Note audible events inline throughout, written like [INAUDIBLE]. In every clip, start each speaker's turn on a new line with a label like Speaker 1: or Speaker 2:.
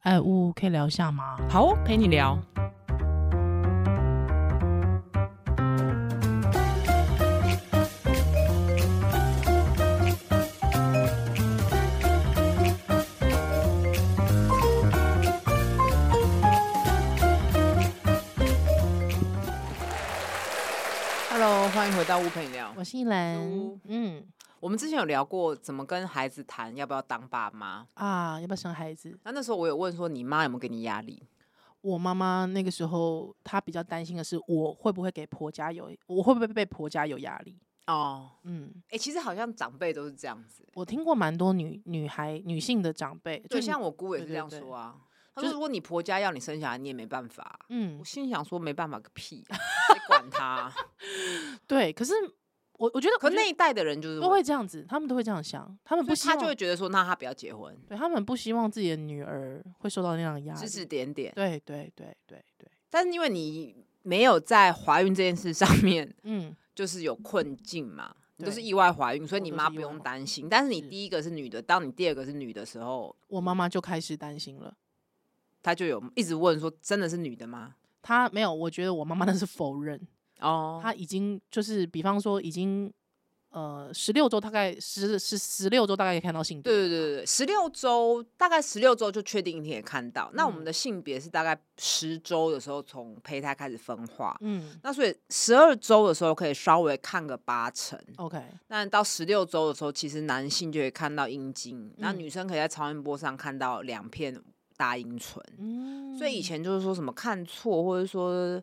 Speaker 1: 哎，呜，可以聊一下吗？
Speaker 2: 好哦，陪你聊。Hello，欢迎回到屋陪你聊。
Speaker 1: 我是依兰
Speaker 2: 呜，
Speaker 1: 嗯
Speaker 2: 我们之前有聊过怎么跟孩子谈要不要当爸妈。
Speaker 1: 啊，要不要生孩子？
Speaker 2: 那那时候我有问说，你妈有没有给你压力？
Speaker 1: 我妈妈那个时候，她比较担心的是，我会不会给婆家有，我会不会被婆家有压力？
Speaker 2: 哦，
Speaker 1: 嗯，
Speaker 2: 哎、其实好像长辈都是这样子、
Speaker 1: 我听过蛮多女女孩、女性的长辈，
Speaker 2: 就
Speaker 1: 你
Speaker 2: 像我姑也是
Speaker 1: 对
Speaker 2: 这样
Speaker 1: 对对
Speaker 2: 说啊。她
Speaker 1: 就
Speaker 2: 说：“
Speaker 1: 是
Speaker 2: 如果你婆家要你生小孩，你也没办法啊、
Speaker 1: 嗯
Speaker 2: 我，心里想说：“没办法个屁
Speaker 1: [LAUGHS]
Speaker 2: 啊，谁管他啊、
Speaker 1: 对。可是我我觉得，
Speaker 2: 可
Speaker 1: 我觉得
Speaker 2: 那一代的人就是
Speaker 1: 都会这样子，他们都会这样想，他们
Speaker 2: 所
Speaker 1: 不
Speaker 2: 以
Speaker 1: 希
Speaker 2: 他
Speaker 1: 望，
Speaker 2: 就会觉得说，那他不要结婚，
Speaker 1: 对他们不希望自己的女儿会受到那样的压
Speaker 2: 指
Speaker 1: 力。
Speaker 2: 指点点。
Speaker 1: 对对对对对，
Speaker 2: 但是因为你没有在怀孕这件事上面
Speaker 1: 嗯，
Speaker 2: 就是有困境嘛，你都是
Speaker 1: 对
Speaker 2: 意外怀孕，所以
Speaker 1: 我
Speaker 2: 你
Speaker 1: 都
Speaker 2: 妈
Speaker 1: 是意
Speaker 2: 不
Speaker 1: 外
Speaker 2: 用
Speaker 1: 怀
Speaker 2: 担心。但是你
Speaker 1: 是
Speaker 2: 第一个是女的，当你第二个是女的时候，
Speaker 1: 我妈妈就开始担心了。
Speaker 2: 她就有一直问说：真的是女的吗？
Speaker 1: 她没有，我觉得我妈妈那是否认，
Speaker 2: 哦，
Speaker 1: 她已经就是，比方说已经呃十六周，大概十十十六周大概可以看到性别了
Speaker 2: 对
Speaker 1: 嘛，
Speaker 2: 对对对，十六周大概十六周就确定一天也看到。那我
Speaker 1: 嗯
Speaker 2: 们的性别是大概十周的时候从胚胎开始分化，
Speaker 1: 嗯
Speaker 2: 那所以十二周的时候可以稍微看个八成。
Speaker 1: ，OK，
Speaker 2: 那到十六周的时候，其实男性就可以看到阴茎，那
Speaker 1: 嗯
Speaker 2: 女生可以在超音波上看到两片大阴唇。
Speaker 1: 嗯，
Speaker 2: 所以以前就是说什么看错，或者说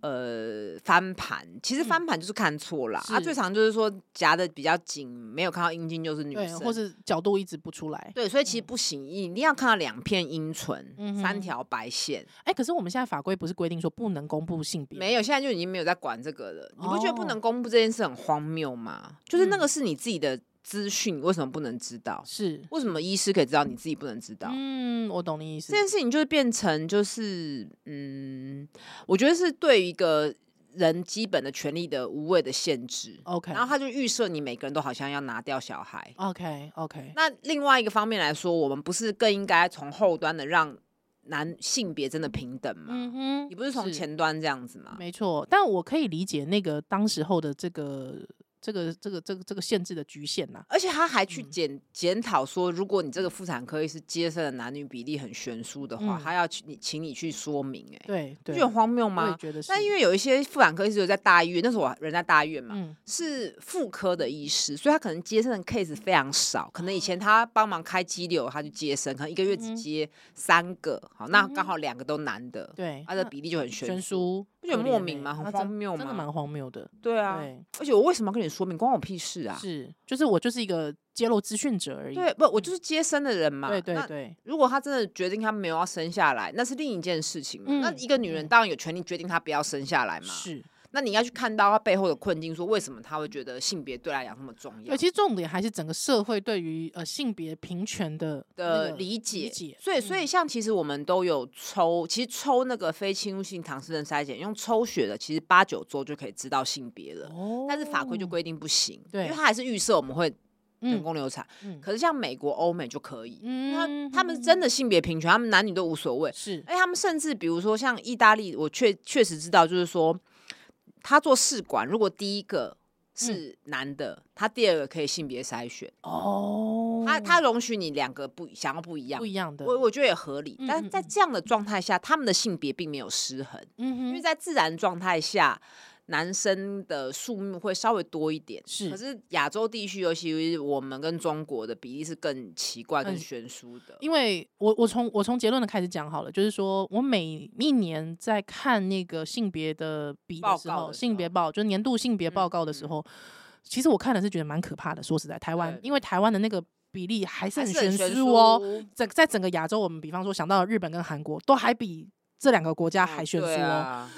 Speaker 2: 呃翻盘，其实翻盘就是看错啦。啊，
Speaker 1: 嗯是
Speaker 2: 最常就是说夹的比较紧，没有看到阴茎就是女
Speaker 1: 对，
Speaker 2: 生，
Speaker 1: 或是角度一直不出来，
Speaker 2: 对，所以其实不行，一定要看到两片阴唇，
Speaker 1: 嗯
Speaker 2: 三
Speaker 1: 哼
Speaker 2: 条白线。
Speaker 1: 哎，可是我们现在法规不是规定说不能公布性别？
Speaker 2: 没有，现在就已经没有在管这个了。你不觉得不
Speaker 1: 哦
Speaker 2: 能公布这件事很荒谬吗？就是那
Speaker 1: 嗯
Speaker 2: 个是你自己的资讯，为什么不能知道？
Speaker 1: 是，
Speaker 2: 为什么医师可以知道，你自己不能知道？
Speaker 1: 嗯，我懂你意思
Speaker 2: 这，件事情就会变成就是，嗯，我觉得是对于一个人基本的权利的无谓的限制。
Speaker 1: OK，
Speaker 2: 然后他就预设你每个人都好像要拿掉小孩，
Speaker 1: OK OK，
Speaker 2: 那另外一个方面来说，我们不是更应该从后端的让男性别真的平等吗？
Speaker 1: 嗯哼
Speaker 2: 你不是从前端这样子吗？
Speaker 1: 没错，但我可以理解那个当时候的这个这个这个这个这个限制的局限呐、
Speaker 2: 而且他还去
Speaker 1: 嗯
Speaker 2: 检检讨说，如果你这个妇产科医师接生的男女比例很悬殊的话，
Speaker 1: 嗯
Speaker 2: 他要去你请你去说明、欸，
Speaker 1: 对
Speaker 2: 哎，
Speaker 1: 对，
Speaker 2: 就很荒谬
Speaker 1: 我也
Speaker 2: 吗？
Speaker 1: 觉得是。
Speaker 2: 但因为有一些妇产科医师有在大医院，那时候我人在大医院嘛，
Speaker 1: 嗯
Speaker 2: 是妇科的医师，所以他可能接生的 case 非常少，可能以前他帮忙开肌瘤，他去接生，可能一个月
Speaker 1: 嗯
Speaker 2: 只
Speaker 1: 哼
Speaker 2: 接三个，好，那
Speaker 1: 嗯
Speaker 2: 刚
Speaker 1: 哼
Speaker 2: 好两个都男的，
Speaker 1: 对，
Speaker 2: 它的
Speaker 1: 那
Speaker 2: 比例就很悬
Speaker 1: 悬
Speaker 2: 殊。
Speaker 1: 殊，
Speaker 2: 不觉得
Speaker 1: 可
Speaker 2: 莫
Speaker 1: 怜
Speaker 2: 名
Speaker 1: 欸
Speaker 2: 吗很
Speaker 1: 那
Speaker 2: 荒
Speaker 1: 真
Speaker 2: 谬
Speaker 1: 真的
Speaker 2: 吗
Speaker 1: 蛮荒谬的。
Speaker 2: 对啊，
Speaker 1: 对，
Speaker 2: 而且我为什么要跟你说明？关我屁事啊！
Speaker 1: 是，就是我就是一个揭露资讯者而已。
Speaker 2: 对，不，我就是接生的人嘛。
Speaker 1: 对对
Speaker 2: 那
Speaker 1: 对，
Speaker 2: 如果她真的决定她没有要生下来，那是另一件事情嘛。那
Speaker 1: 嗯
Speaker 2: 一个女人
Speaker 1: 嗯
Speaker 2: 当然有权利决定她不要生下来嘛。
Speaker 1: 是。
Speaker 2: 那你要去看到她背后的困境，说为什么她会觉得性别对她来讲那么重要
Speaker 1: 对，其实重点还是整个社会对于呃性别平权的那
Speaker 2: 的
Speaker 1: 个
Speaker 2: 理解。
Speaker 1: 解
Speaker 2: 所以，所以
Speaker 1: 嗯
Speaker 2: 像其实我们都有抽，其实抽那个非侵入性唐氏症筛检，用抽血的，其实八九周就可以知道性别了。
Speaker 1: 哦，
Speaker 2: 但是法规就规定不行，因
Speaker 1: 对
Speaker 2: 为它还是预设我们会人
Speaker 1: 嗯
Speaker 2: 工流产。
Speaker 1: 嗯
Speaker 2: 可是像美国、欧美就可以，
Speaker 1: 嗯
Speaker 2: 他他们真的性别平权，他们男女都无所谓。
Speaker 1: 是
Speaker 2: 哎，他们甚至比如说像意大利，我确确实知道，就是说他做试管，如果第一
Speaker 1: 嗯
Speaker 2: 个是男的，他第二个可以性别筛选，
Speaker 1: 哦，
Speaker 2: 他他容许你两个不想要不一样
Speaker 1: 不。一样的，
Speaker 2: 我我觉得也合理，
Speaker 1: 嗯
Speaker 2: 但
Speaker 1: 嗯
Speaker 2: 是在
Speaker 1: 嗯
Speaker 2: 这样的状态下，他们的性别并没有失衡。
Speaker 1: 嗯
Speaker 2: 因
Speaker 1: 哼
Speaker 2: 为在自然状态下，男生的数目会稍微多一点。
Speaker 1: 是
Speaker 2: 可是亚洲地区，尤其是我们跟中国的比例是更奇怪、
Speaker 1: 更
Speaker 2: 更悬殊的。
Speaker 1: 因为我我从我从结论的开始讲好了，就是说我每一年在看那个性别的比
Speaker 2: 报
Speaker 1: 的时
Speaker 2: 告
Speaker 1: 候，
Speaker 2: 的时
Speaker 1: 性别
Speaker 2: 候
Speaker 1: 报就是年度性别报
Speaker 2: 嗯
Speaker 1: 告的时候，其实我看的是觉得蛮可怕的。说实在，台湾
Speaker 2: 对
Speaker 1: 因为台湾的那个比例还是
Speaker 2: 还
Speaker 1: 很
Speaker 2: 是很
Speaker 1: 悬
Speaker 2: 悬
Speaker 1: 殊哦，
Speaker 2: 殊，
Speaker 1: 整在整个啊亚洲，我们比方说想到日本跟韩国，都还比这两个国家还悬殊
Speaker 2: 嗯对
Speaker 1: 哦。
Speaker 2: 啊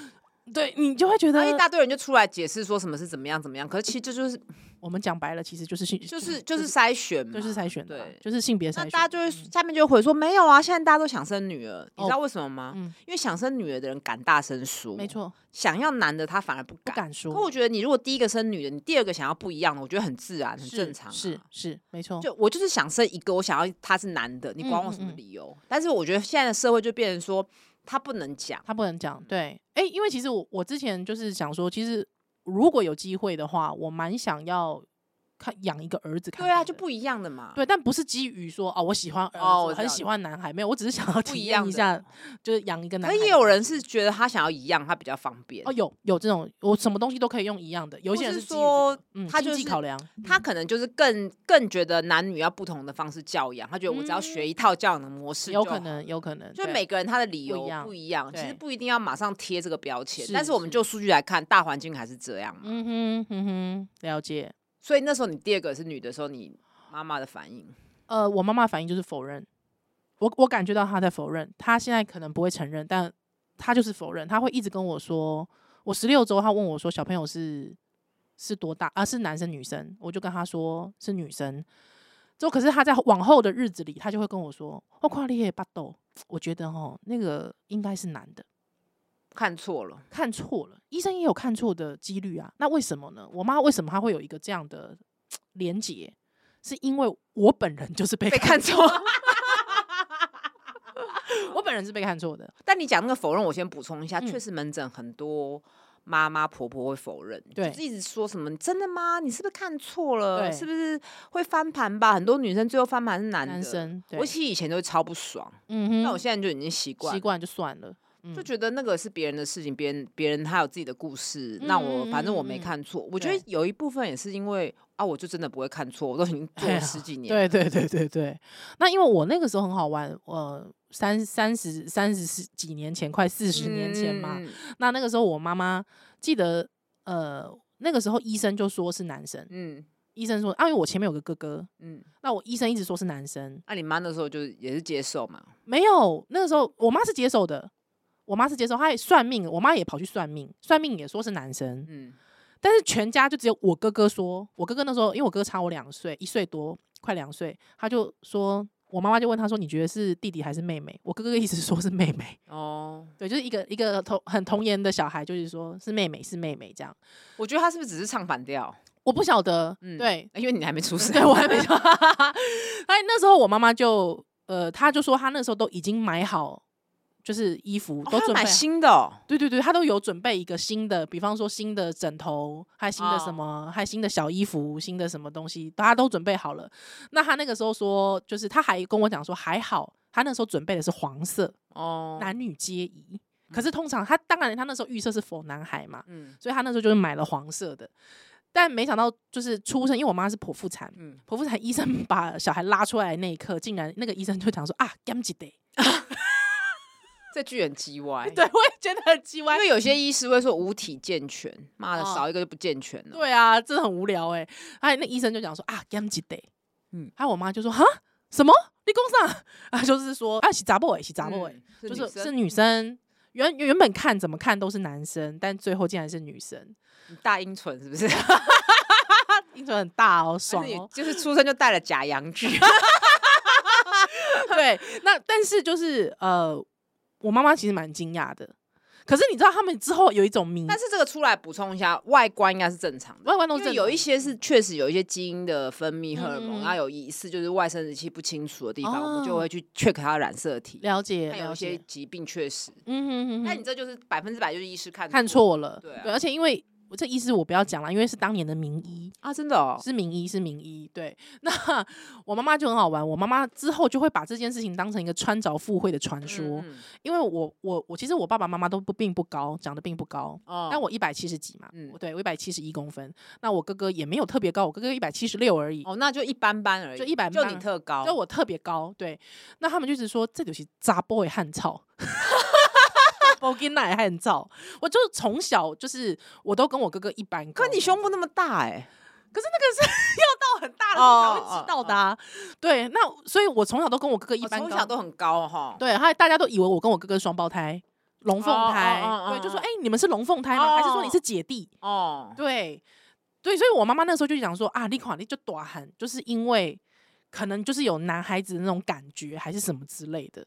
Speaker 1: 对你就会觉
Speaker 2: 然后一
Speaker 1: 得
Speaker 2: 大堆人就出来解释说什么是怎么样怎么样，可是其实这就是
Speaker 1: 我们讲白了，其实嗯就是性，
Speaker 2: 就是就是筛选嘛，
Speaker 1: 就是筛选的啦
Speaker 2: 对，
Speaker 1: 就是性别筛
Speaker 2: 那
Speaker 1: 选。嗯
Speaker 2: 大家就会下面就会回说没有啊，现在大家都想生女儿，你知道为什么吗？
Speaker 1: 嗯
Speaker 2: 因为想生女儿的人敢大声说，
Speaker 1: 没，错，
Speaker 2: 想要男的他反而不
Speaker 1: 不
Speaker 2: 敢。
Speaker 1: 敢
Speaker 2: 可我
Speaker 1: 说，
Speaker 2: 觉得你如果第一个生女的，你第二个想要不一样的，我觉得很自然，很
Speaker 1: 是
Speaker 2: 正常、啊。
Speaker 1: 是是，没错，
Speaker 2: 就我就是想生一个，我想要他是男的，你管我什
Speaker 1: 哦嗯
Speaker 2: 么
Speaker 1: 嗯嗯
Speaker 2: 理由？但是我觉得现在的社会就变成说他不能讲，
Speaker 1: 他不能
Speaker 2: 嗯
Speaker 1: 讲。对，哎、因为其实我我之前就是想说，其实如果有机会的话，我蛮想要看养一个儿子看
Speaker 2: 对
Speaker 1: 看
Speaker 2: 啊，
Speaker 1: 的
Speaker 2: 就不一样的嘛，
Speaker 1: 对，但不是基于说啊，我喜欢儿子，
Speaker 2: 哦我知
Speaker 1: 很
Speaker 2: 道
Speaker 1: 喜欢男孩，没有，我只是想要
Speaker 2: 不
Speaker 1: 体
Speaker 2: 一
Speaker 1: 验
Speaker 2: 样
Speaker 1: 一
Speaker 2: 的哦
Speaker 1: 下，就是养一个男
Speaker 2: 可
Speaker 1: 孩。
Speaker 2: 也有人是觉得他想要一样，他比较方便。
Speaker 1: 哦，有有这种，我什么东西都可以用一样的。有一些
Speaker 2: 或
Speaker 1: 人
Speaker 2: 是
Speaker 1: 基于这个
Speaker 2: 说
Speaker 1: 嗯，
Speaker 2: 他
Speaker 1: 经
Speaker 2: 就
Speaker 1: 济
Speaker 2: 是
Speaker 1: 考量，
Speaker 2: 他可能就是更更觉得男女要不同的方式教养，他觉得我只要学一套教养的模式就
Speaker 1: 嗯有
Speaker 2: 好，
Speaker 1: 可能，有可能，
Speaker 2: 就
Speaker 1: 对
Speaker 2: 每个人他的理
Speaker 1: 不一
Speaker 2: 由
Speaker 1: 样
Speaker 2: 不一样，其
Speaker 1: 对
Speaker 2: 实不一定要马上贴这个标签，
Speaker 1: 是
Speaker 2: 但是我们
Speaker 1: 是
Speaker 2: 就数据来看，大环境还是这样嘛。
Speaker 1: 嗯哼嗯哼，了解。
Speaker 2: 所以那时候你第二个是女的时候，你妈妈的反应，
Speaker 1: 呃，我妈妈反应就是否认，我我感觉到她在否认，她现在可能不会承认，但她就是否认，她会一直跟我说，我十六周，她问我说小朋友是是多大啊？是男生女生？我就跟她说是女生。之后，可是她在往后的日子里，她就会跟我说，我跨列巴豆，我觉得哦，那个应该是男的。
Speaker 2: 看错了，
Speaker 1: 看错了，医生也有看错的几率啊。那为什么呢？我妈为什么她会有一个这样的连结？是因为我本人就是被
Speaker 2: 被
Speaker 1: [LAUGHS] 看，
Speaker 2: 看错。
Speaker 1: 我本人是被看错的。
Speaker 2: [LAUGHS] 但你讲那个否认，我先补充一下，
Speaker 1: 嗯
Speaker 2: 确实门诊很多。妈妈、婆婆会否认，
Speaker 1: 对
Speaker 2: 就是一直说什么“真的吗？你是不是看错了？
Speaker 1: 对
Speaker 2: 是不是会翻盘吧？”很多女生最后翻盘是男的，
Speaker 1: 男生，对
Speaker 2: 我，其实以前都会超不爽，
Speaker 1: 嗯
Speaker 2: 但我
Speaker 1: 哼，
Speaker 2: 现在就已经习惯
Speaker 1: 习
Speaker 2: 了，
Speaker 1: 惯就算了，嗯
Speaker 2: 就觉得那个是别人的事情，别人别人他有自己的故事，那我
Speaker 1: 嗯嗯
Speaker 2: 反正我
Speaker 1: 嗯
Speaker 2: 没
Speaker 1: 嗯
Speaker 2: 看错。我觉得有一部分也是因为啊，我就真的不会看错，我都已经做
Speaker 1: 哎呀
Speaker 2: 了十几年。
Speaker 1: 对对对对对。那因为我那个时候很好玩，呃，三三十三十十几年前，快四十年前嘛，
Speaker 2: 嗯，
Speaker 1: 那那个时候我妈妈记得，呃，那个时候医生就说是男生，
Speaker 2: 嗯
Speaker 1: 医生说，啊，因为我前面有个哥哥，
Speaker 2: 嗯，啊
Speaker 1: 那我医生一直说是男生，
Speaker 2: 那、你妈那时候就是也是接受嘛，
Speaker 1: 没有，那个时候我妈是接受的，我妈是接受，她也算命，我妈也跑去算命，算命也说是男生，
Speaker 2: 嗯，
Speaker 1: 但是全家就只有我哥哥说，我哥哥那时候因为我哥哥差我两岁，一岁多，快两岁，他就说。我妈妈就问他说：“你觉得是弟弟还是妹妹？”我哥哥一直 [LAUGHS] 说是妹妹，
Speaker 2: 哦，
Speaker 1: 对，就是一个一个童很童颜的小孩，就是说是妹妹是妹妹这样。
Speaker 2: 我觉得她是不是只是唱反调？ [LAUGHS]
Speaker 1: 我不晓得，
Speaker 2: 嗯，
Speaker 1: 对，
Speaker 2: 因为你还没出
Speaker 1: [LAUGHS]
Speaker 2: 生，
Speaker 1: 对我还
Speaker 2: [LAUGHS]
Speaker 1: 没说。哎，那时候我妈妈就呃，她就说她那时候都已经买好，就是衣服、
Speaker 2: 哦
Speaker 1: 都
Speaker 2: 她
Speaker 1: 准备
Speaker 2: 买
Speaker 1: 好
Speaker 2: 新的、哦，
Speaker 1: 对对对，他都有准备一个新的，比方说新的枕头，还有新的什
Speaker 2: 哦
Speaker 1: 么，还有新的小衣服，新的什么东西，他都准备好了。那他那个时候说，就是他还跟我讲说，还好他那时候准备的是黄色，
Speaker 2: 哦，
Speaker 1: 男女皆宜。可是通常他当然他那时候预设是否男孩嘛，
Speaker 2: 嗯
Speaker 1: 所以他那时候就是买了黄色的。但没想到就是出生，因为我妈是剖腹产，
Speaker 2: 嗯，
Speaker 1: 剖腹产医生 [LAUGHS] 把小孩拉出来那一刻，竟然那个医生就讲说啊 g a m j day，
Speaker 2: 这剧很叽歪，
Speaker 1: [LAUGHS] 对，我也觉得很奇怪
Speaker 2: 因，为有些医师会说五体健全，妈的，
Speaker 1: 哦
Speaker 2: 少一个就不健全了。
Speaker 1: 对啊，真的很无聊哎、哎，那医生就讲说啊 g a m j day，嗯
Speaker 2: 嗯，
Speaker 1: 还有我妈就说哈什么你工上 [LAUGHS] 啊，就是说啊洗杂布哎洗杂布哎，
Speaker 2: 嗯
Speaker 1: 就是
Speaker 2: 女生
Speaker 1: 是女生。原原本看怎么看都是男生，但最后竟然是女生，
Speaker 2: 你大阴唇是
Speaker 1: [LAUGHS]
Speaker 2: 不是？
Speaker 1: 音准很大哦，爽
Speaker 2: 但是
Speaker 1: 哦
Speaker 2: 你。就是出生就带了假阳
Speaker 1: [LAUGHS]
Speaker 2: 具。
Speaker 1: 对，那但是就是呃，我妈妈其实蛮惊讶的。可是你知道他们之后有一种迷，
Speaker 2: 但是这个出来补充一下，外观应该是正常的。
Speaker 1: 外观都
Speaker 2: 因
Speaker 1: 是
Speaker 2: 为
Speaker 1: 哦正
Speaker 2: 有
Speaker 1: 常嗯
Speaker 2: 一些是确实有一些基因的分泌荷尔
Speaker 1: 嗯嗯嗯
Speaker 2: 蒙，然后有疑似就是外生殖器不清楚的地方，我们就
Speaker 1: 哦
Speaker 2: 会去 check 它的染色体。
Speaker 1: 了解
Speaker 2: 但有
Speaker 1: 了
Speaker 2: 一些
Speaker 1: 解，
Speaker 2: 疾病确实，
Speaker 1: 嗯哼哼
Speaker 2: 那
Speaker 1: 哼
Speaker 2: 你这就是百分之百就是医师看
Speaker 1: 看错了，
Speaker 2: 对啊
Speaker 1: 对，而且因为我这医师我不要讲了，因为是当年的名医，
Speaker 2: 啊，真的哦，
Speaker 1: 是名医，是名医。对， [LAUGHS] 那我妈妈就很好玩，我妈妈之后就会把这件事情当成一个穿着附会的传说，
Speaker 2: 嗯嗯
Speaker 1: 因为我我我其实我爸爸妈妈都不并不高，长得并不高。
Speaker 2: 哦
Speaker 1: 但我一百七十几嘛，
Speaker 2: 嗯
Speaker 1: 我对我一百七十一公分，那我哥哥也没有特别高，我哥哥一百七十六而已，
Speaker 2: 哦，那就一般般而已，
Speaker 1: 就一般
Speaker 2: 就
Speaker 1: 般
Speaker 2: 你特高，
Speaker 1: 就我特别高，对。那他们就是说，这就是杂 boy 汉
Speaker 2: [LAUGHS]
Speaker 1: 草，我跟奶汉草。我就从小就是，我都跟我哥哥一般高。
Speaker 2: 可你胸部那么大
Speaker 1: 欸
Speaker 2: 哎，
Speaker 1: 到很大的时
Speaker 2: 哦
Speaker 1: 候才会知道的、啊，对。那所以，我从小都跟我哥哥一
Speaker 2: 我
Speaker 1: 般
Speaker 2: 哦从
Speaker 1: 高。
Speaker 2: 小都很高哈。
Speaker 1: 对，还大家都以为我跟我哥哥是双胞胎，龙凤
Speaker 2: 哦
Speaker 1: 胎，
Speaker 2: 哦哦
Speaker 1: 对，就说
Speaker 2: 哦
Speaker 1: 哎、你们是龙凤胎吗？还是说你
Speaker 2: 哦
Speaker 1: 是姐弟？
Speaker 2: 哦，
Speaker 1: 对，对，所以我妈妈那时候就讲说啊，你款你就短喊，就是因为可能就是有男孩子的那种感觉，还是什么之类的。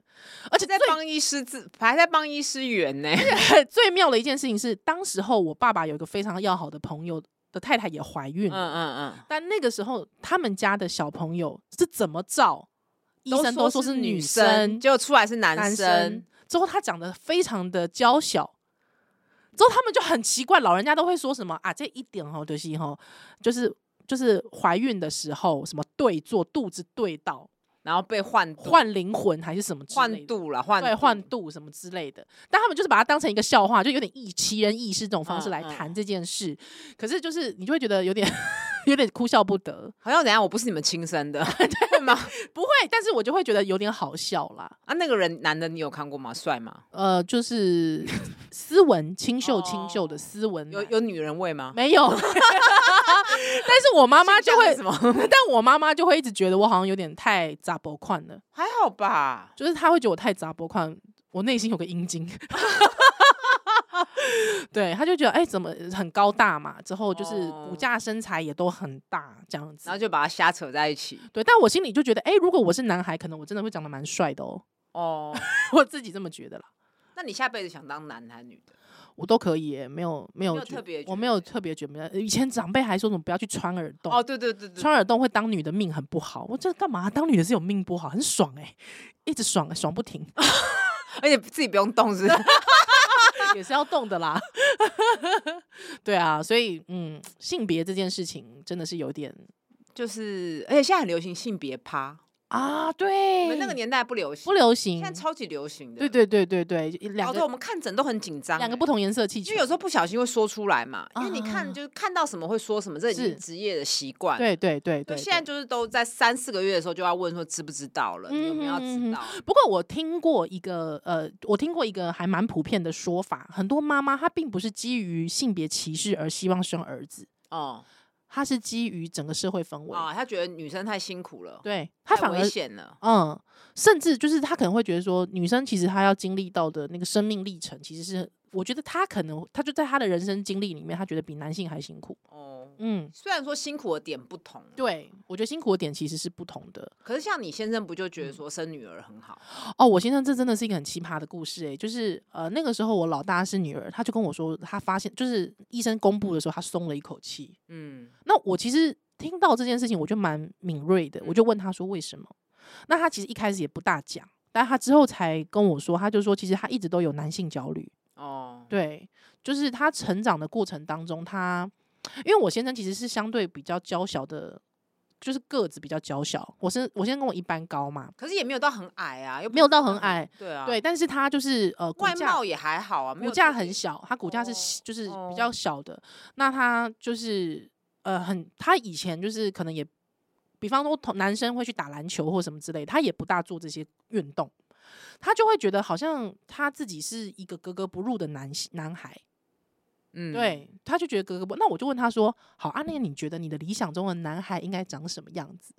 Speaker 1: 而且
Speaker 2: 在
Speaker 1: 最
Speaker 2: 帮医师自，还在帮医师圆呢。
Speaker 1: [LAUGHS] 最妙的一件事情是，当时候我爸爸有一个非常要好的朋友的太太也怀孕
Speaker 2: 嗯
Speaker 1: 了，
Speaker 2: 嗯嗯，
Speaker 1: 但那个时候他们家的小朋友是怎么照， [LAUGHS] 医生都说是女
Speaker 2: 结果出来是男
Speaker 1: 男生，之后他长得非常的娇小。之后他们就很奇怪，老人家都会说什么啊？这一点哦，就是吼，就是就是怀孕的时候，什么对坐肚子对到
Speaker 2: 然后被换肚
Speaker 1: 换灵魂还是什么之类
Speaker 2: 换
Speaker 1: 的，
Speaker 2: 度了，换
Speaker 1: 对
Speaker 2: 肚
Speaker 1: 换肚什么之类的。但他们就是把它当成一个笑话，就有点以其人亦师这种方式
Speaker 2: 嗯
Speaker 1: 来
Speaker 2: 嗯
Speaker 1: 谈这件事。可是就是你就会觉得有点 [LAUGHS] 有点哭笑不得，
Speaker 2: 好像等一下我不是你们亲生
Speaker 1: [LAUGHS]
Speaker 2: 的，啊对吗？
Speaker 1: 不会，但是我就会觉得有点好笑啦。
Speaker 2: 啊，那个人男的你有看过吗？帅吗？
Speaker 1: 呃，就是 [LAUGHS] 斯文清秀清秀的
Speaker 2: 哦
Speaker 1: 斯文
Speaker 2: 有
Speaker 1: 男
Speaker 2: 有女人味吗？
Speaker 1: 没 [LAUGHS] 有，但是我妈妈就
Speaker 2: 性向
Speaker 1: 会
Speaker 2: 是，什么？
Speaker 1: [LAUGHS]
Speaker 2: [LAUGHS]
Speaker 1: 但我妈妈就会一直觉得我好像有点太杂博款了，
Speaker 2: 还好吧，
Speaker 1: 就是她会觉得我太杂博款，我内心有个阴茎。 [LAUGHS] 对，她就觉得哎、怎么很高大嘛，之后就是
Speaker 2: 哦
Speaker 1: 骨架、身材也都很大这样子
Speaker 2: 然后。就把他瞎扯在一起。
Speaker 1: 对，但我心里就觉得，哎、如果我是男孩，可能我真的会长得蛮帅的哦，
Speaker 2: 哦，
Speaker 1: 我自己这么觉得啦，
Speaker 2: 那你下辈子想当男还是女的？
Speaker 1: 我都可以耶，没有没有
Speaker 2: 没有
Speaker 1: 觉
Speaker 2: 特别
Speaker 1: 我
Speaker 2: 觉
Speaker 1: 没有
Speaker 2: 得
Speaker 1: 特别觉得，以前长辈还说什么不要去穿耳洞
Speaker 2: 哦，对对对对，
Speaker 1: 穿耳洞会当女的命很不好，我这干嘛？当女的是有命不好，很爽哎、一直爽、爽不
Speaker 2: [LAUGHS]
Speaker 1: 停，
Speaker 2: 而且自己不用动是不是 [LAUGHS]
Speaker 1: 也是要动的啦。 [LAUGHS] 对啊，所以嗯，性别这件事情真的是有点
Speaker 2: 就是，而且现在很流行性别趴，
Speaker 1: 啊，
Speaker 2: 你
Speaker 1: 对，
Speaker 2: 们那个年代不流行，
Speaker 1: 不流行
Speaker 2: 现，在超级流行的。
Speaker 1: 对，对对对对，两
Speaker 2: 搞得我
Speaker 1: 个
Speaker 2: 们看诊都很紧张、
Speaker 1: 两个不，同颜色气球，
Speaker 2: 因为有时候不小心会说出来嘛，因为你
Speaker 1: 啊
Speaker 2: 看就是看到什么会说什么，这已经
Speaker 1: 是
Speaker 2: 是职业的习惯。。
Speaker 1: 对对对对，
Speaker 2: 对，现在
Speaker 1: 对
Speaker 2: 就是都在三四个月的时候就要问说知不知道了，你有没有要
Speaker 1: 嗯哼
Speaker 2: 知道？
Speaker 1: 不过我听过一个呃，我听过一个还蛮普遍的说法，很多妈妈她并不是基于性别歧视而希望生儿子，
Speaker 2: 哦
Speaker 1: 她是基于整个社会氛围。
Speaker 2: 啊，他觉得女生太辛苦了，
Speaker 1: 对他
Speaker 2: 太
Speaker 1: 反而
Speaker 2: 危险了。
Speaker 1: 嗯，甚至就是他可能会觉得说，女生其实她要经历到的那个生命历程，其实是我觉得她可能她就在她的人生经历里面，她觉得比男性还辛苦。
Speaker 2: 哦，
Speaker 1: 嗯，
Speaker 2: 虽然说辛苦的点不同，
Speaker 1: 对，我觉得辛苦的点其实是不同的。
Speaker 2: 可是像你先生不就
Speaker 1: 嗯
Speaker 2: 觉得说生女儿很好？
Speaker 1: 哦，我先生这真的是一个很奇葩的故事诶、就是呃那个时候我老大是女儿，他就跟我说，他发现就是医生公布的时候，他松了一口气。
Speaker 2: 嗯，
Speaker 1: 那我其实听到这件事情，我就蛮敏锐的，我就问他说为什么？那他其实一开始也不大讲，但他之后才跟我说，他就说其实他一直都有男性焦虑，
Speaker 2: 哦，
Speaker 1: 对，就是他成长的过程当中，他因为我先生其实是相对比较娇小的，就是个子比较娇小，我是我先生跟我一般高嘛，
Speaker 2: 可是也没有到很矮啊，又不
Speaker 1: 没有到
Speaker 2: 是
Speaker 1: 很矮，
Speaker 2: 对啊，
Speaker 1: 对，，但是他就是呃骨
Speaker 2: 外
Speaker 1: 架
Speaker 2: 貌也还好啊，没
Speaker 1: 骨
Speaker 2: 有
Speaker 1: 架
Speaker 2: 特
Speaker 1: 很
Speaker 2: 别
Speaker 1: 小，他骨架是
Speaker 2: 哦
Speaker 1: 细就是比
Speaker 2: 哦
Speaker 1: 较小的，那他就是呃很他以前就是可能也。比方说，同男生会去打篮球或什么之类，他也不大做这些运动，他就会觉得好像他自己是一个格格不入的男男孩，
Speaker 2: 嗯，
Speaker 1: 对，他就觉得格格不。那我就问他说：“好，阿、啊、念，你觉得你的理想中的男孩应该长什么样子？”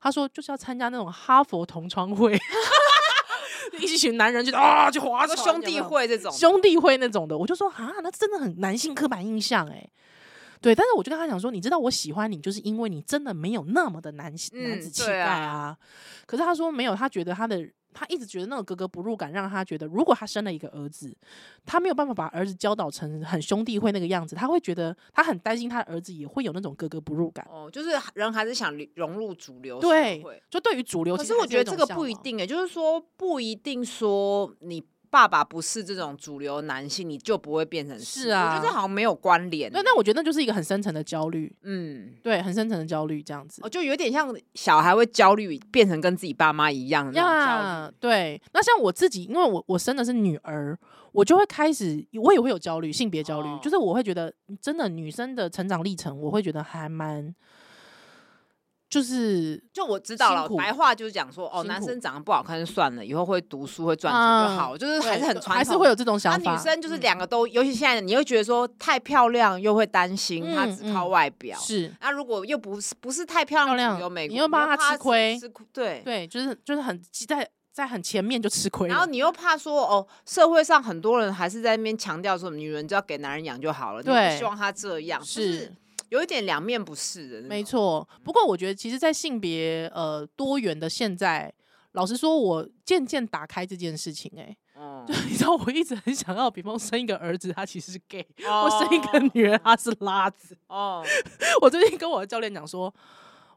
Speaker 1: 他说：“就是要参加那种哈佛同窗会， [LAUGHS] 一群男人就啊去划
Speaker 2: 他
Speaker 1: 船
Speaker 2: 说
Speaker 1: 有
Speaker 2: 兄
Speaker 1: 没
Speaker 2: 弟
Speaker 1: 有、
Speaker 2: 会这种，
Speaker 1: 兄弟会那种的。”我就说：“啊，那真的很男性刻板印象哎、对，但是我就跟他讲说，你知道我喜欢你，就是因为你真的没有那么的男男
Speaker 2: 嗯
Speaker 1: 子气
Speaker 2: 对
Speaker 1: 概
Speaker 2: 啊
Speaker 1: 啊。可是他说没有，他觉得他的他一直觉得那种格格不入感让他觉得，如果他生了一个儿子，他没有办法把儿子教导成很兄弟会那个样子，他会觉得他很担心他的儿子也会有那种格格不入感。
Speaker 2: 哦，就是人还是想融入主流社
Speaker 1: 对
Speaker 2: 会。，
Speaker 1: 就对于主流，
Speaker 2: 可是我觉得这个不一。定诶、欸就是说不一定说你爸爸不是这种主流男性，你就不会变成
Speaker 1: 是
Speaker 2: 我
Speaker 1: 啊
Speaker 2: 觉得这好像没有关联、欸
Speaker 1: 对，那我觉得那就是一个很深层的焦虑，
Speaker 2: 嗯，
Speaker 1: 对，很深层的焦虑这样子
Speaker 2: 哦，。就有点像小孩会焦虑，变成跟自己爸妈一样的那
Speaker 1: 呀
Speaker 2: 种焦虑。
Speaker 1: 对，那像我自己，因为我我生的是女儿，我就会开始，我也会有焦虑，性别焦虑，
Speaker 2: 哦
Speaker 1: 就是我会觉得，真的女生的成长历程，我会觉得还蛮，就是
Speaker 2: 就我知道了
Speaker 1: 辛苦，
Speaker 2: 白话就是讲说，哦，
Speaker 1: 辛
Speaker 2: 男
Speaker 1: 苦
Speaker 2: 生长得不好看就算了，以后会读书会赚
Speaker 1: 啊
Speaker 2: 钱就好，就是还是
Speaker 1: 对
Speaker 2: 很传统，
Speaker 1: 还是会有这种
Speaker 2: 那
Speaker 1: 想法。
Speaker 2: 女生就是
Speaker 1: 嗯
Speaker 2: 两个都，尤其现在你会觉得说太漂亮又会担心，她
Speaker 1: 嗯
Speaker 2: 只靠
Speaker 1: 嗯
Speaker 2: 外表。
Speaker 1: 是，
Speaker 2: 那如果又不是不是太漂
Speaker 1: 漂
Speaker 2: 亮，
Speaker 1: 亮
Speaker 2: 有美
Speaker 1: 你
Speaker 2: 国，
Speaker 1: 又帮她
Speaker 2: 怕
Speaker 1: 吃亏
Speaker 2: 吃亏对。
Speaker 1: 对，就是就是很期待。在很前面就吃亏了。
Speaker 2: 然后你又怕说哦，社会上很多人还是在那边强调说，女人只要给男人养就好了，你不
Speaker 1: 对
Speaker 2: 希望她这样，就是是有一点两面不是的。
Speaker 1: 没，错，不过我觉得其实，在性别呃多元的现在，老实说，我渐渐打开这件事情、欸。 [LAUGHS] 哎，
Speaker 2: 嗯，
Speaker 1: 就你知道，我一直很想要，比方生一个儿子，他其实是 gay；、
Speaker 2: 我
Speaker 1: 我生一个女儿，她是拉子。
Speaker 2: 哦，
Speaker 1: 我最近跟我的教练讲说，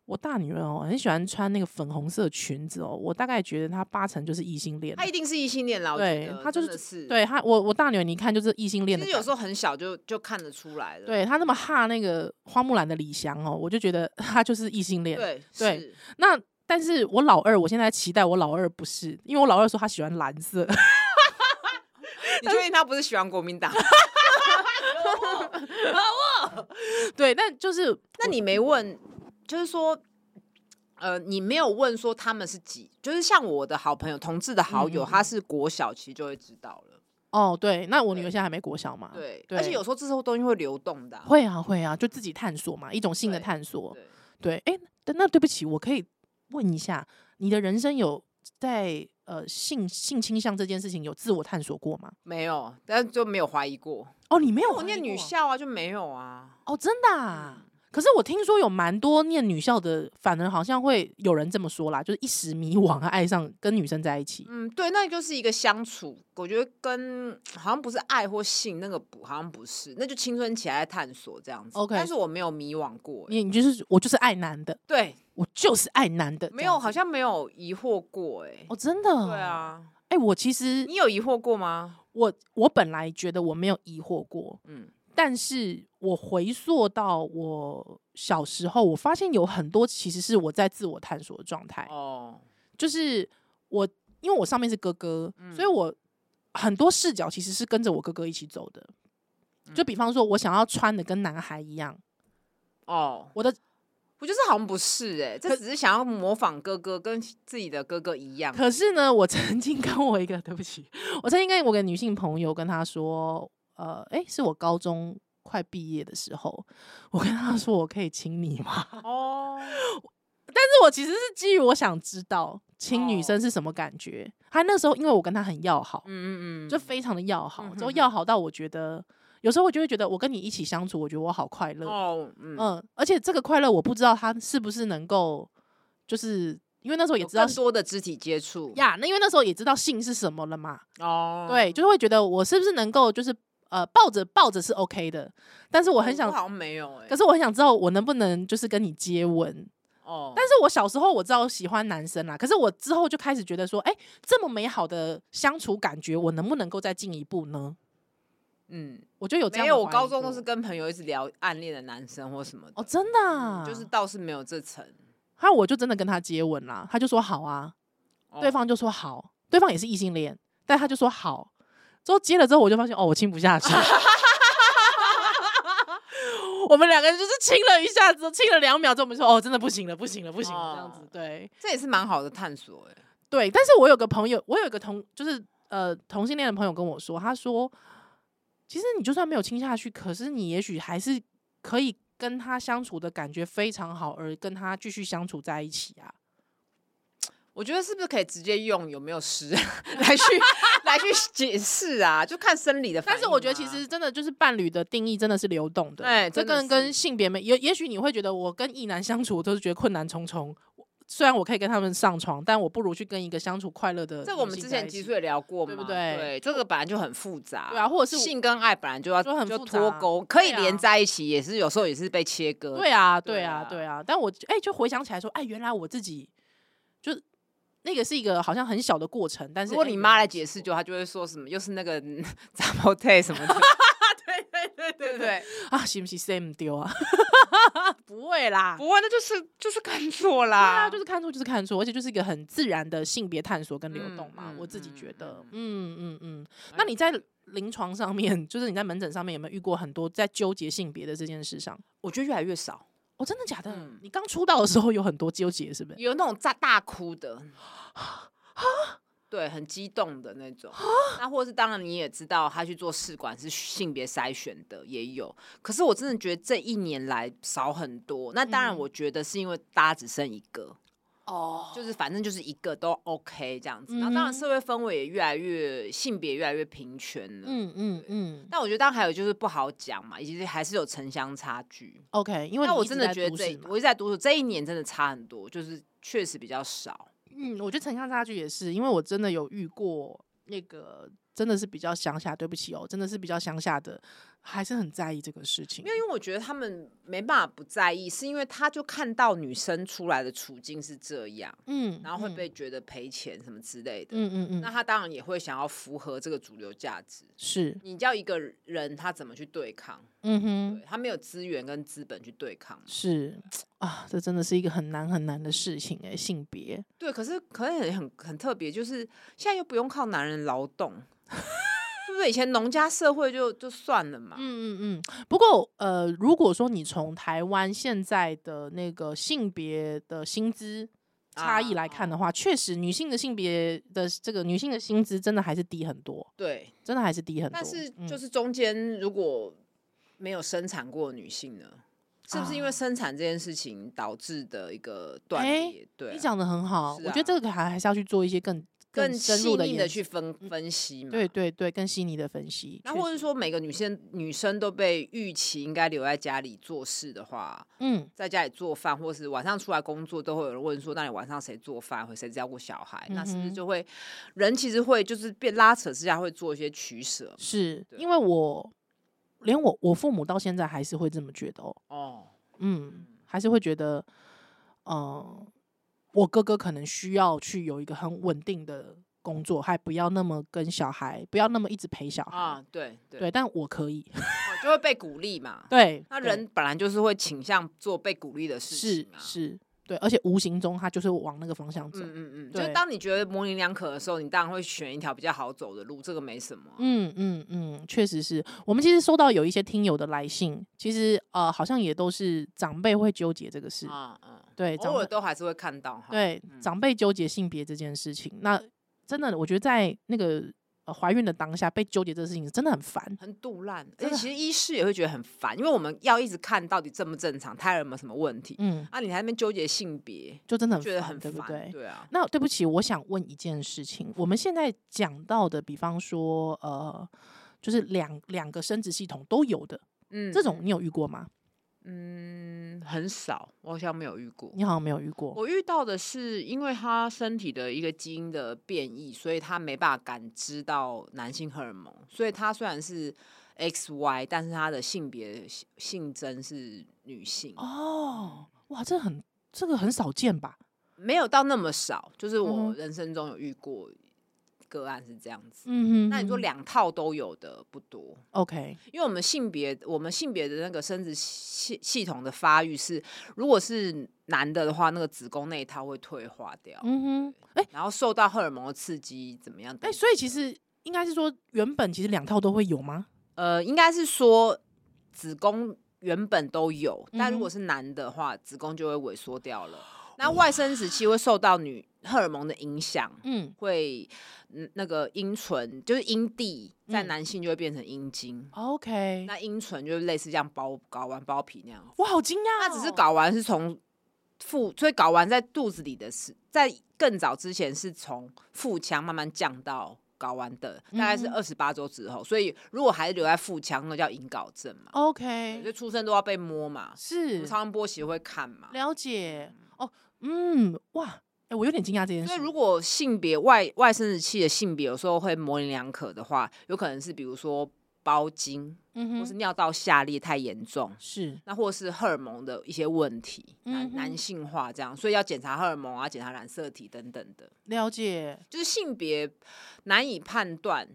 Speaker 1: 我大女儿哦，很喜欢穿那个粉红色裙子哦，我大概觉得她八成就是异性恋了
Speaker 2: 她。一定是异性恋啦，我
Speaker 1: 对
Speaker 2: 觉得
Speaker 1: 她就是
Speaker 2: 真的是。
Speaker 1: 对她，我我大女儿，你一看就是异性恋
Speaker 2: 其
Speaker 1: 的感
Speaker 2: 实
Speaker 1: 觉。
Speaker 2: 有时候很小就就看得出来了。
Speaker 1: 对她那么哈那个花木兰的李翔哦，我就觉得她就是异性恋。
Speaker 2: 对
Speaker 1: 对
Speaker 2: [LAUGHS] 是
Speaker 1: 那但是我老二，我现在期待我老二不是，因为我老二说他喜欢蓝色， [LAUGHS]
Speaker 2: 你确定他不是喜欢国民党？
Speaker 1: 对，但就是
Speaker 2: [LAUGHS] 那你 [LAUGHS] 没问，就是说，呃，你没有问说他们是几，就是像我的好朋友，同志的好
Speaker 1: 嗯
Speaker 2: 友，
Speaker 1: 嗯嗯
Speaker 2: 他是国小其实就会知道了。
Speaker 1: 哦，对，那我女儿
Speaker 2: 对
Speaker 1: 现在还没国小嘛，
Speaker 2: 啊对，
Speaker 1: 对
Speaker 2: 而且有时候这些东西会流动的啊、
Speaker 1: 会啊会啊，就自己探索嘛，一种新的
Speaker 2: 对
Speaker 1: 探索，对，
Speaker 2: 对
Speaker 1: 哎，那那对不起，我可以问一下，你的人生有在呃性性倾向这件事情有自我探索过吗？
Speaker 2: 没有，但就没有怀疑过。
Speaker 1: 哦，你没有
Speaker 2: 因
Speaker 1: 怀疑
Speaker 2: 为
Speaker 1: 过，
Speaker 2: 我念女校嗯啊，就没有啊。
Speaker 1: 哦，真的、啊。可是我听说有蛮多念女校的，反而好像会有人这么说啦，就是一时迷惘啊，爱上跟女生在一起。
Speaker 2: 嗯，对，那就是一个相处，我觉得跟好像不是爱或性那个不，好像不是，那就青春期还在探索这样子。
Speaker 1: OK
Speaker 2: 但是我没有迷惘过、欸
Speaker 1: 你你就是我就是爱男的，
Speaker 2: 对，
Speaker 1: 我就是爱男的，
Speaker 2: 没
Speaker 1: 这样
Speaker 2: 有，
Speaker 1: 子
Speaker 2: 好像没有疑惑过、欸，
Speaker 1: 哦，真的，
Speaker 2: 对，啊，
Speaker 1: 哎、我其实
Speaker 2: 你有疑惑过吗？
Speaker 1: 我我本来觉得我没有疑惑过，
Speaker 2: 嗯，
Speaker 1: 但是我回溯到我小时候，我发现有很多其实是我在自我探索的状态，
Speaker 2: 哦，
Speaker 1: 就是我因为我上面是哥哥，所以我很多视角其实是跟着我哥哥一起走的。就比方说，我想要穿的跟男孩一样，
Speaker 2: 哦，
Speaker 1: 我的
Speaker 2: 我就是好像不是哎、欸，这只是想要模仿哥哥，跟自己的哥哥一样。
Speaker 1: 可是呢，我曾经跟我一个，对不起，我曾经跟我一个女性朋友跟她说，呃，诶，是我高中快毕业的时候，我跟她说我可以亲你吗？
Speaker 2: 哦，
Speaker 1: 但是我其实是基于我想知道亲女
Speaker 2: 哦
Speaker 1: 生是什么感觉。她那时候因为我跟她很要好，
Speaker 2: 嗯嗯嗯，
Speaker 1: 就非常的要好，
Speaker 2: 嗯
Speaker 1: 之后
Speaker 2: 哼
Speaker 1: 要好到我觉得有时候我就会觉得我跟你一起相处，我觉得我好快乐。
Speaker 2: 哦，嗯，
Speaker 1: 嗯，而且这个快乐我不知道她是不是能够，就是因为那时候也
Speaker 2: 有
Speaker 1: 知道
Speaker 2: 更多的肢体接触。
Speaker 1: 呀，那因为那时候也知道性是什么了嘛。
Speaker 2: 哦，
Speaker 1: 对，就是会觉得我是不是能够就是呃抱着抱着是 OK 的，但是我很想
Speaker 2: 哦好，像没有哎、
Speaker 1: 可是我很想知道我能不能就是跟你接吻。
Speaker 2: 哦，
Speaker 1: 但是我小时候我知道喜欢男生啦，可是我之后就开始觉得说，哎、这么美好的相处感觉，我能不能够再进一步呢？
Speaker 2: 嗯，
Speaker 1: 我就有这样
Speaker 2: 没
Speaker 1: 的
Speaker 2: 有，我
Speaker 1: 怀疑
Speaker 2: 高中都
Speaker 1: 过
Speaker 2: 是跟朋友一直聊暗恋的男生或什么的，
Speaker 1: 哦，真的啊、
Speaker 2: 嗯就是倒是没有这层。
Speaker 1: 还有我就真的跟他接吻啦，他就说好啊，
Speaker 2: 哦
Speaker 1: 对方就说好，对方也是异性恋，但他就说好，之后接了之后我就发现哦，我亲不下
Speaker 2: [LAUGHS]
Speaker 1: 去。我们两个人就是亲了一下之后，亲了两秒之后，我们说哦，真的不行了，不行了，不行了，这样子
Speaker 2: 哦，
Speaker 1: 对
Speaker 2: 这也是蛮好的探索哎、
Speaker 1: 对。但是我有个朋友，我有一个同就是呃同性恋的朋友跟我说，他说其实你就算没有亲下去，可是你也许还是可以跟他相处的感觉非常好，而跟他继续相处在一起啊。
Speaker 2: 我觉得是不是可以直接用有没有湿来去来去解释啊？就看生理的反
Speaker 1: 但
Speaker 2: 应啊。
Speaker 1: 是我觉得其实真的就是伴侣的定义真的是流动的，
Speaker 2: 哎
Speaker 1: 这
Speaker 2: 真的
Speaker 1: 跟跟
Speaker 2: 是
Speaker 1: 性别没也也许你会觉得我跟异男相处我都是觉得困难重重，我虽然我可以跟他们上床，但我不如去跟一个相处快乐的
Speaker 2: 这我
Speaker 1: 女
Speaker 2: 们
Speaker 1: 性
Speaker 2: 之
Speaker 1: 在
Speaker 2: 前
Speaker 1: 一
Speaker 2: 集
Speaker 1: 起
Speaker 2: 数也聊过嘛，
Speaker 1: 对不对
Speaker 2: 这个本来就很复杂，
Speaker 1: 对啊或者是我
Speaker 2: 性跟爱本来就要
Speaker 1: 就很复杂
Speaker 2: 脱钩，可以
Speaker 1: 对啊
Speaker 2: 连在一起，也是有时候也是被切割。
Speaker 1: 对啊
Speaker 2: 对
Speaker 1: 对啊
Speaker 2: 啊
Speaker 1: 对啊，但我哎、就回想起来说，哎，原来我自己就那个是一个好像很小的过程，但是
Speaker 2: 如果
Speaker 1: 哎
Speaker 2: 你
Speaker 1: 原
Speaker 2: 妈
Speaker 1: 来
Speaker 2: 来
Speaker 1: 我
Speaker 2: 解
Speaker 1: 是
Speaker 2: 释，
Speaker 1: 我
Speaker 2: 就她就会说什么，又是那个嗯杂毛太什么
Speaker 1: [LAUGHS]
Speaker 2: 的，对对对对对，
Speaker 1: 啊，行不行？Sam 丢啊， [LAUGHS] 不会啦，
Speaker 2: 不会，那就是就是看错
Speaker 1: 对啊，
Speaker 2: 啦，
Speaker 1: 就是看错就是看错，而且就是一个很自然的性别探索跟流
Speaker 2: 嗯
Speaker 1: 动嘛，
Speaker 2: 嗯
Speaker 1: 我自己觉
Speaker 2: 嗯
Speaker 1: 得，
Speaker 2: 嗯
Speaker 1: 嗯嗯嗯。那
Speaker 2: 哎
Speaker 1: 你在临床上面， [LAUGHS] 就是你在门诊上面有没有遇过很多在纠结性别的这件事上？
Speaker 2: 我觉得越来越少，
Speaker 1: 哦，真的假的？
Speaker 2: 嗯
Speaker 1: 你刚出道的时候有很多纠结，是不是？
Speaker 2: 有那种在大哭的。对，很激动的那种。那或是当然你也知道，他去做试管是性别筛选的也有。可是我真的觉得这一年来少很多。那当然，
Speaker 1: 嗯
Speaker 2: 我觉得是因为大家只剩一个，
Speaker 1: 哦，
Speaker 2: 就是反正就是一个都 OK 这样子。然后当
Speaker 1: 嗯
Speaker 2: 然
Speaker 1: 哼
Speaker 2: 社会氛围也越来越性别越来越平权了。
Speaker 1: 嗯嗯嗯
Speaker 2: 但我觉得当然还有就是不好讲嘛，其实还是有城乡差距。
Speaker 1: ，OK，因为
Speaker 2: 那
Speaker 1: 你
Speaker 2: 我
Speaker 1: 一直
Speaker 2: 真的
Speaker 1: 在
Speaker 2: 觉得
Speaker 1: 都
Speaker 2: 这
Speaker 1: 市嘛
Speaker 2: 我一直在读书这一年真的差很多，就是确实比较少。
Speaker 1: 嗯，我觉得城乡差距也是，因为我真的有遇过那个真的是比较乡下，对不起哦，真的是比较乡下的，还是很在意这个事情
Speaker 2: 没。有，因为我觉得他们没办法不在意，是因为他就看到女生出来的处境是这样，
Speaker 1: 嗯，
Speaker 2: 然后会
Speaker 1: 嗯
Speaker 2: 被觉得赔钱什么之类的。
Speaker 1: 嗯嗯嗯，
Speaker 2: 那他当然也会想要符合这个主流价值。
Speaker 1: 是，
Speaker 2: 你叫一个人他怎么去对抗？
Speaker 1: 嗯
Speaker 2: 对
Speaker 1: 哼，
Speaker 2: 他没有资源跟资本去对抗嘛。
Speaker 1: 是啊，这真的是一个很难很难的事情哎、性别，
Speaker 2: 对，可是可能很很很特别，就是现在又不用靠男人劳动， [LAUGHS] 是不是？以前农家社会就就算了嘛。
Speaker 1: 嗯嗯嗯。不过呃，如果说你从台湾现在的那个性别的薪资差异来看
Speaker 2: 啊
Speaker 1: 的话，确实女性的性别的这个女性的薪资真的还是低很多，
Speaker 2: 对，
Speaker 1: 真的还是低很多。
Speaker 2: 但是
Speaker 1: 嗯
Speaker 2: 就是中间如果没有生产过的女性呢，是不是因为
Speaker 1: 啊
Speaker 2: 生产这件事情导致的一个断
Speaker 1: 哎
Speaker 2: 裂？对啊，
Speaker 1: 你讲的很好，
Speaker 2: 是
Speaker 1: 我觉得
Speaker 2: 啊
Speaker 1: 这个还还是要去做一些更
Speaker 2: 更
Speaker 1: 深
Speaker 2: 细
Speaker 1: 入
Speaker 2: 腻的
Speaker 1: 研
Speaker 2: 去分分析嘛。
Speaker 1: 嗯对对对，更细腻的分析。
Speaker 2: 那
Speaker 1: 确
Speaker 2: 或者
Speaker 1: 实
Speaker 2: 说每个女生女生都被预期应该留在家里做事的话，
Speaker 1: 嗯
Speaker 2: 在家里做饭，或是晚上出来工作，都会有人问说，那你晚上谁做饭，或谁照顾小孩？那是不
Speaker 1: 嗯
Speaker 2: 是
Speaker 1: 哼
Speaker 2: 就会人其实会就是变拉扯之下会做一些取舍？
Speaker 1: 是
Speaker 2: 对
Speaker 1: 因为我连我我父母到现在还是会这么觉得哦，
Speaker 2: 哦，
Speaker 1: 嗯，还是会觉得，嗯、我哥哥可能需要去有一个很稳定的工作，还不要那么跟小孩，不要那么一直陪小孩。
Speaker 2: 啊，对对
Speaker 1: 嗯对，但我可以。
Speaker 2: 哦就会被鼓励嘛。
Speaker 1: 对，
Speaker 2: 那
Speaker 1: 对
Speaker 2: 人本来就是会倾向做被鼓励的事
Speaker 1: 是
Speaker 2: 情啊。
Speaker 1: 是，对，而且无形中他就是往那个方向走。嗯
Speaker 2: 嗯嗯嗯，就
Speaker 1: 对
Speaker 2: 当你觉得模棱两可的时候，你当然会选一条比较好走的路，这个没什么啊。
Speaker 1: 嗯嗯确实是我们其实收到有一些听友的来信，其实呃，好像也都是长辈会纠结这个事。
Speaker 2: 啊嗯，
Speaker 1: 对，长
Speaker 2: 偶尔
Speaker 1: 辈
Speaker 2: 都还是会看到哈。
Speaker 1: 对
Speaker 2: 嗯
Speaker 1: 长辈纠结性别这件事情，那真的，我觉得在那个呃怀孕的当下被纠结这个事情真的很烦。
Speaker 2: 很肚烂，而
Speaker 1: 真
Speaker 2: 且
Speaker 1: 的
Speaker 2: 其实医师也会觉得很烦，因为我们要一直看到底正不正常，胎儿有没有什么问题
Speaker 1: 嗯，
Speaker 2: 啊？你还在那边纠结性别，
Speaker 1: 就真的很
Speaker 2: 觉得
Speaker 1: 烦
Speaker 2: 很
Speaker 1: 对
Speaker 2: 烦，
Speaker 1: 不对？
Speaker 2: 啊，
Speaker 1: 那对不起，我想问一件事情。我们现在讲到的，比方说，呃，就是两两个生殖系统都有的
Speaker 2: 嗯
Speaker 1: 这种，你有遇过吗？
Speaker 2: 嗯，很少，我好像没有遇过。
Speaker 1: 你好像没有遇过。
Speaker 2: 我遇到的是，因为他身体的一个基因的变异，所以他没办法感知到男性荷尔蒙，所以他虽然是 X Y，但是他的性别性性征是女性，
Speaker 1: 哦，哇，这很这个很少见吧？
Speaker 2: 没有到那么少，就是
Speaker 1: 嗯
Speaker 2: 我
Speaker 1: 哼
Speaker 2: 人生中有遇过个案是这样子。
Speaker 1: 嗯哼
Speaker 2: 那你说
Speaker 1: 哼
Speaker 2: 两套都有的不多，
Speaker 1: OK，
Speaker 2: 因为我们性别我们性别的那个生殖系系统的发育是，如果是男的的话，那个子宫那一套会退化掉，
Speaker 1: 嗯哼，哎
Speaker 2: 然后受到荷尔蒙的刺激怎么样等
Speaker 1: 哎，
Speaker 2: 等？
Speaker 1: 所以其实应该是说，原本其实两套都会有吗？
Speaker 2: 呃，应该是说子宫原本都有，但如果
Speaker 1: 嗯哼
Speaker 2: 是男的话，子宫就会萎缩掉了。那外生殖器会受到女荷尔蒙的影响，
Speaker 1: 嗯，
Speaker 2: 会嗯那个阴唇就是阴蒂，在
Speaker 1: 嗯
Speaker 2: 男性就会变成阴茎。
Speaker 1: OK，
Speaker 2: 那阴唇就是类似这样包睾丸包皮那样子，
Speaker 1: 我好惊讶、哦，
Speaker 2: 那只是睾丸是从腹，所以睾丸在肚子里的是在更早之前是从腹腔慢慢降到睾丸的，大概是
Speaker 1: 嗯
Speaker 2: 二十八周之后，所以如果还留在腹腔，那叫隐睾症嘛，对就
Speaker 1: 哦 OK，
Speaker 2: 出生都要被摸嘛，我们
Speaker 1: 是
Speaker 2: 超声波协会看嘛，
Speaker 1: 了解哦，嗯，哇，哎，我有点惊讶这件事。
Speaker 2: 所以，如果性别外外生殖器的性别有时候会模棱两可的话，有可能是比如说包茎，
Speaker 1: 嗯
Speaker 2: 或
Speaker 1: 哼，
Speaker 2: 是尿道下裂太严重，
Speaker 1: 是
Speaker 2: 那或是荷尔蒙的一些问题，男、
Speaker 1: 嗯
Speaker 2: 男
Speaker 1: 哼
Speaker 2: 性化这样，所以要检查荷尔蒙啊，检查染色体等等的，
Speaker 1: 了解，
Speaker 2: 就是性别难以判断，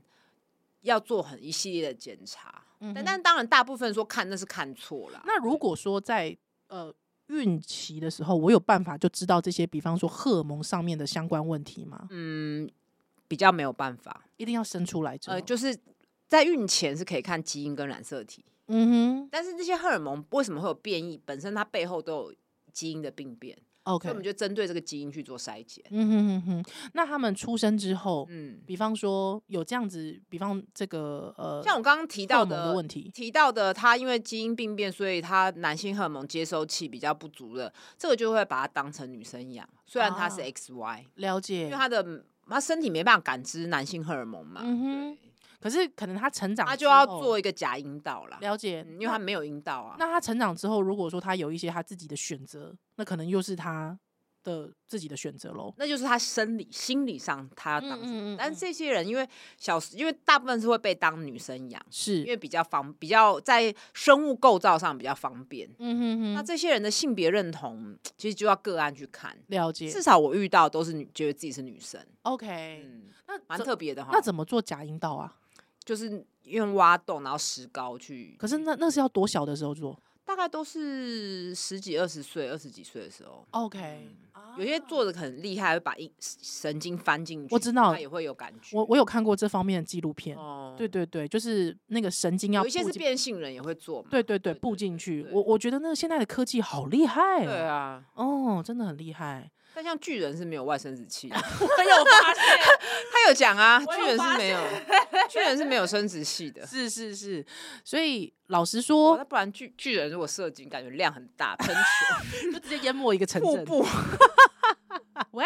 Speaker 2: 要做很一系列的检查。
Speaker 1: 嗯
Speaker 2: 但
Speaker 1: 哼
Speaker 2: 但当然，大部分说看那是看错了。
Speaker 1: 那如果说在呃孕期的时候，我有办法就知道这些，比方说荷尔蒙上面的相关问题吗？
Speaker 2: 嗯，比较没有办法，
Speaker 1: 一定要生出来之后，
Speaker 2: 呃，就是在孕前是可以看基因跟染色体，
Speaker 1: 嗯哼，
Speaker 2: 但是这些荷尔蒙为什么会有变异？本身它背后都有基因的病变，所以
Speaker 1: OK，
Speaker 2: 我们就针对这个基因去做筛检。
Speaker 1: 嗯哼哼哼。那他们出生之后，
Speaker 2: 嗯，
Speaker 1: 比方说有这样子，比方这个呃，
Speaker 2: 像我刚刚提
Speaker 1: 提
Speaker 2: 到
Speaker 1: 的问题，
Speaker 2: 提到的，它因为基因病变，所以它男性荷尔蒙接收器比较不足了，这个就会把它当成女生养。虽然它是
Speaker 1: 啊
Speaker 2: XY，、
Speaker 1: 了
Speaker 2: 因
Speaker 1: 解
Speaker 2: 为。它的它身体没办法感知男性荷尔蒙嘛，
Speaker 1: 嗯哼，可是可能他成长，
Speaker 2: 它就要做一个假阴道啦，
Speaker 1: 了解，
Speaker 2: 嗯因为它没有阴道啊。
Speaker 1: 那他成长之后，如果说他有一些他自己的选择，那可能又是他的自己的选择喽。
Speaker 2: 那就是他生理、心理上他要当什么，
Speaker 1: 嗯嗯嗯
Speaker 2: 但
Speaker 1: 嗯
Speaker 2: 是这些人因为小时，因为大部分是会被当女生养，因
Speaker 1: 是，
Speaker 2: 为比较方，比较在生物构造上比较方便。
Speaker 1: 嗯哼哼，
Speaker 2: 那这些人的性别认同，其实就要个案去看。
Speaker 1: 了解
Speaker 2: 至少我遇到都是女，觉得自己是女生，
Speaker 1: ，OK、
Speaker 2: 嗯，
Speaker 1: 那
Speaker 2: 蛮
Speaker 1: 怎
Speaker 2: 特别的哈。
Speaker 1: 那怎么做假阴道啊？
Speaker 2: 就是用挖洞，然后石膏去，
Speaker 1: 可是那那是要多小的时候做
Speaker 2: 大概都是十几、二十岁、二十几岁的时候。嗯
Speaker 1: ？OK，、
Speaker 2: 有些
Speaker 1: 啊
Speaker 2: 做的很厉害，会把一神经翻进去，
Speaker 1: 我知道
Speaker 2: 他也会有感觉。
Speaker 1: 我我有看过这方面的纪录片、
Speaker 2: 哦
Speaker 1: 对对对，就是那个神经要
Speaker 2: 有一些
Speaker 1: 布
Speaker 2: 是
Speaker 1: 进
Speaker 2: 变性人也会做嘛。
Speaker 1: 对对对，
Speaker 2: 对
Speaker 1: 布
Speaker 2: 对
Speaker 1: 进
Speaker 2: 对
Speaker 1: 去。
Speaker 2: 对
Speaker 1: 我我觉得那个现在的科技好厉害、
Speaker 2: 对，啊，
Speaker 1: 哦，真的很厉害。
Speaker 2: 但像巨人是没有外生殖器的，我有发现，他有讲啊，
Speaker 1: 我有
Speaker 2: 巨人
Speaker 1: 发
Speaker 2: 是没有，巨人是没有生殖器
Speaker 1: [LAUGHS] [LAUGHS]
Speaker 2: 的。
Speaker 1: 是哦是是，所以老实
Speaker 2: 哇
Speaker 1: 说
Speaker 2: 那，不然巨巨人如果射精，感觉量很大，
Speaker 1: [LAUGHS]
Speaker 2: 喷泉、
Speaker 1: 就直接淹没一个城
Speaker 2: 瀑
Speaker 1: 镇。
Speaker 2: [LAUGHS] 布，
Speaker 1: 喂，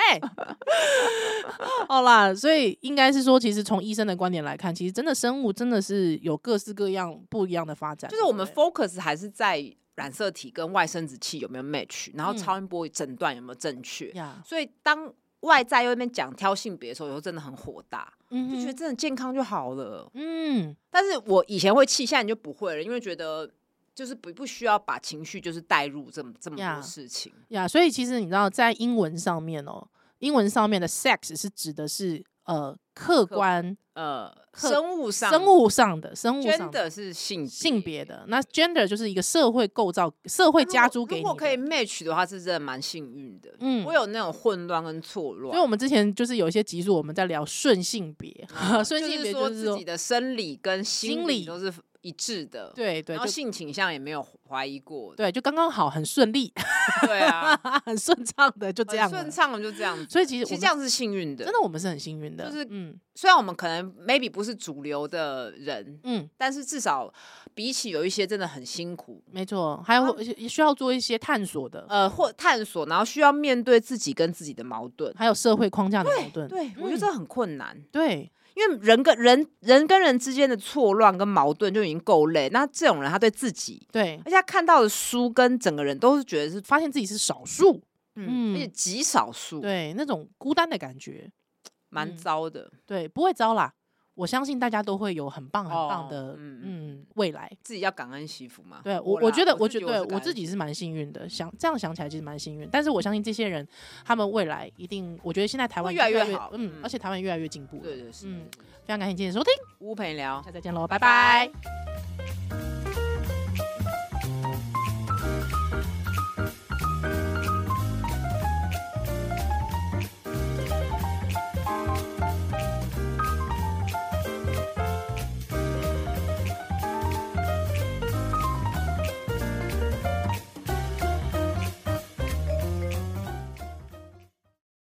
Speaker 1: 好啦，所以应该是说，其实从医生的观点来看，其实真的生物真的是有各式各样不一样的发展，
Speaker 2: 就是我们
Speaker 1: 对不
Speaker 2: focus 还是在染色体跟外生殖器有没有 match，然后
Speaker 1: 嗯
Speaker 2: 超音波诊断有没有正确
Speaker 1: 对。呀，
Speaker 2: 所以当外在又在那边讲挑性别的时候，有时候真的很火大，
Speaker 1: 嗯
Speaker 2: 就觉得
Speaker 1: 哼，
Speaker 2: 真的健康就好了。
Speaker 1: 嗯，
Speaker 2: 但是我以前会气，现在你就不会了，因为觉得就是不不需要把情绪就是带入这么这么
Speaker 1: 呀
Speaker 2: 多事情。
Speaker 1: 呀，所以其实你知道，在英文上面哦，英文上面的 sex 是指的是呃客
Speaker 2: 客
Speaker 1: 观
Speaker 2: 呃，
Speaker 1: 客
Speaker 2: 生物上
Speaker 1: 生物上的生物上的
Speaker 2: gender 是性
Speaker 1: 性别的，那 gender 就是一个社会构造、社会
Speaker 2: 如
Speaker 1: 加
Speaker 2: 果
Speaker 1: 诸给你
Speaker 2: 如果可以
Speaker 1: 的。
Speaker 2: match 的话，是真的蛮幸运的。
Speaker 1: 嗯
Speaker 2: 我有那种混乱跟错
Speaker 1: 所以，我
Speaker 2: 乱。
Speaker 1: 们之前就是有一些集数，我们在聊顺性别，
Speaker 2: [LAUGHS]
Speaker 1: 啊顺性别
Speaker 2: 嗯就是说
Speaker 1: 就是
Speaker 2: 自
Speaker 1: 说
Speaker 2: 己，的生理跟
Speaker 1: 心
Speaker 2: 心
Speaker 1: 理
Speaker 2: 理都是一致的，，
Speaker 1: 对对
Speaker 2: 然后
Speaker 1: 就
Speaker 2: 性倾向也没有怀疑过，
Speaker 1: 对，就刚刚好，很顺利。 [LAUGHS]
Speaker 2: 对啊，
Speaker 1: 很顺畅的 [LAUGHS] 就这样
Speaker 2: 很
Speaker 1: 了
Speaker 2: 顺。畅的就这样子。
Speaker 1: 所以其实我
Speaker 2: 其实
Speaker 1: 们
Speaker 2: 这样是幸运的，
Speaker 1: 真的我们是很幸运的，
Speaker 2: 就是
Speaker 1: 嗯
Speaker 2: 虽然我们可能 maybe 不是主流的人，
Speaker 1: 嗯，
Speaker 2: 但是至少比起有一些真的很辛苦，
Speaker 1: 没错，还有
Speaker 2: 啊
Speaker 1: 而且也需要做一些探索的，
Speaker 2: 呃，或探索，然后需要面对自己跟自己的矛盾。
Speaker 1: 还有社会框架的矛盾，
Speaker 2: 对，我觉得
Speaker 1: 嗯
Speaker 2: 这很困难，
Speaker 1: 对
Speaker 2: 因为人跟人人跟人之间的错乱跟矛盾就已经够累。那这种人，他对自己，
Speaker 1: 对
Speaker 2: 而，且他看到的书跟整个人都是觉得是，
Speaker 1: 发现自己是少数，
Speaker 2: 嗯，
Speaker 1: 嗯
Speaker 2: 而且极少数，
Speaker 1: 对那种孤单的感觉，
Speaker 2: 蛮
Speaker 1: 嗯
Speaker 2: 糟的。
Speaker 1: 对，不会糟啦。我相信大家都会有很棒很棒
Speaker 2: 哦
Speaker 1: 的、
Speaker 2: 嗯
Speaker 1: 嗯未来。
Speaker 2: 自己要感恩惜福嘛。
Speaker 1: 对我，
Speaker 2: 啦
Speaker 1: 我觉得，我觉
Speaker 2: 自己
Speaker 1: 得
Speaker 2: 是感
Speaker 1: 我自
Speaker 2: 恩
Speaker 1: 己
Speaker 2: 惜
Speaker 1: 是蛮幸运的。想这样想起来，其实蛮幸运。但是我相信这些人，他们未来一定，我觉得现在台
Speaker 2: 会
Speaker 1: 湾
Speaker 2: 越来
Speaker 1: 越
Speaker 2: 越好
Speaker 1: 嗯，
Speaker 2: 嗯
Speaker 1: 而且台湾越来越进步了。
Speaker 2: 福对对是，
Speaker 1: 嗯
Speaker 2: 嗯，
Speaker 1: 非常感谢今天的收听，
Speaker 2: 屋陪你聊
Speaker 1: 下，次再见喽，拜
Speaker 2: 拜
Speaker 1: 拜
Speaker 2: 拜